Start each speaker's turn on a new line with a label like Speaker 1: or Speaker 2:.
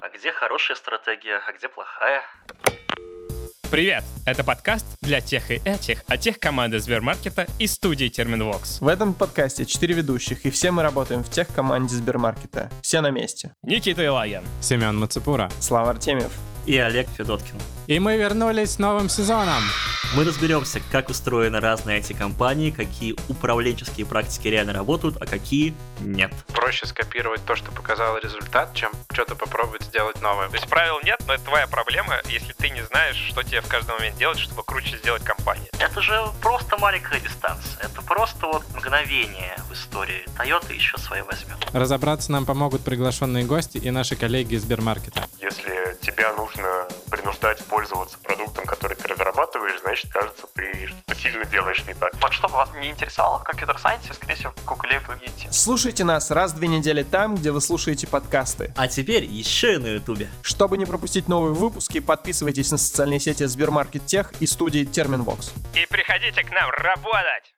Speaker 1: А где хорошая стратегия, а где плохая?
Speaker 2: Привет! Это подкаст для тех и этих, а тех команды Сбермаркета и студии Терминвокс.
Speaker 3: В этом подкасте 4 ведущих, и все мы работаем в тех команде Сбермаркета. Все на месте.
Speaker 2: Никита Илагин.
Speaker 4: Семен Мацепура.
Speaker 3: Слава Артемьев.
Speaker 1: И Олег Федоткин.
Speaker 4: И мы вернулись с новым сезоном.
Speaker 1: Мы разберемся, как устроены разные эти компании, какие управленческие практики реально работают, а какие нет.
Speaker 5: Проще скопировать то, что показал результат, чем что-то попробовать сделать новое.
Speaker 6: То есть правил нет, но это твоя проблема, если ты не знаешь, что тебе в каждый момент делать, чтобы круче сделать компанию.
Speaker 1: Это же просто маленькая дистанция. Это просто вот мгновение в истории. Toyota еще свои возьмет.
Speaker 4: Разобраться нам помогут приглашенные гости и наши коллеги из Сбермаркета.
Speaker 7: Если тебя нужно принуждать пользоваться продуктом, который ты разрабатываешь, значит, кажется, ты что-то сильно делаешь не так.
Speaker 8: Вот чтобы вас не интересовало в компьютер сайенсе, скорее всего, кукулей идти.
Speaker 3: Слушайте нас раз в две недели там, где вы слушаете подкасты.
Speaker 1: А теперь еще и на Ютубе.
Speaker 3: Чтобы не пропустить новые выпуски, подписывайтесь на социальные сети Сбермаркет Тех и студии Терминвокс.
Speaker 6: И приходите к нам работать!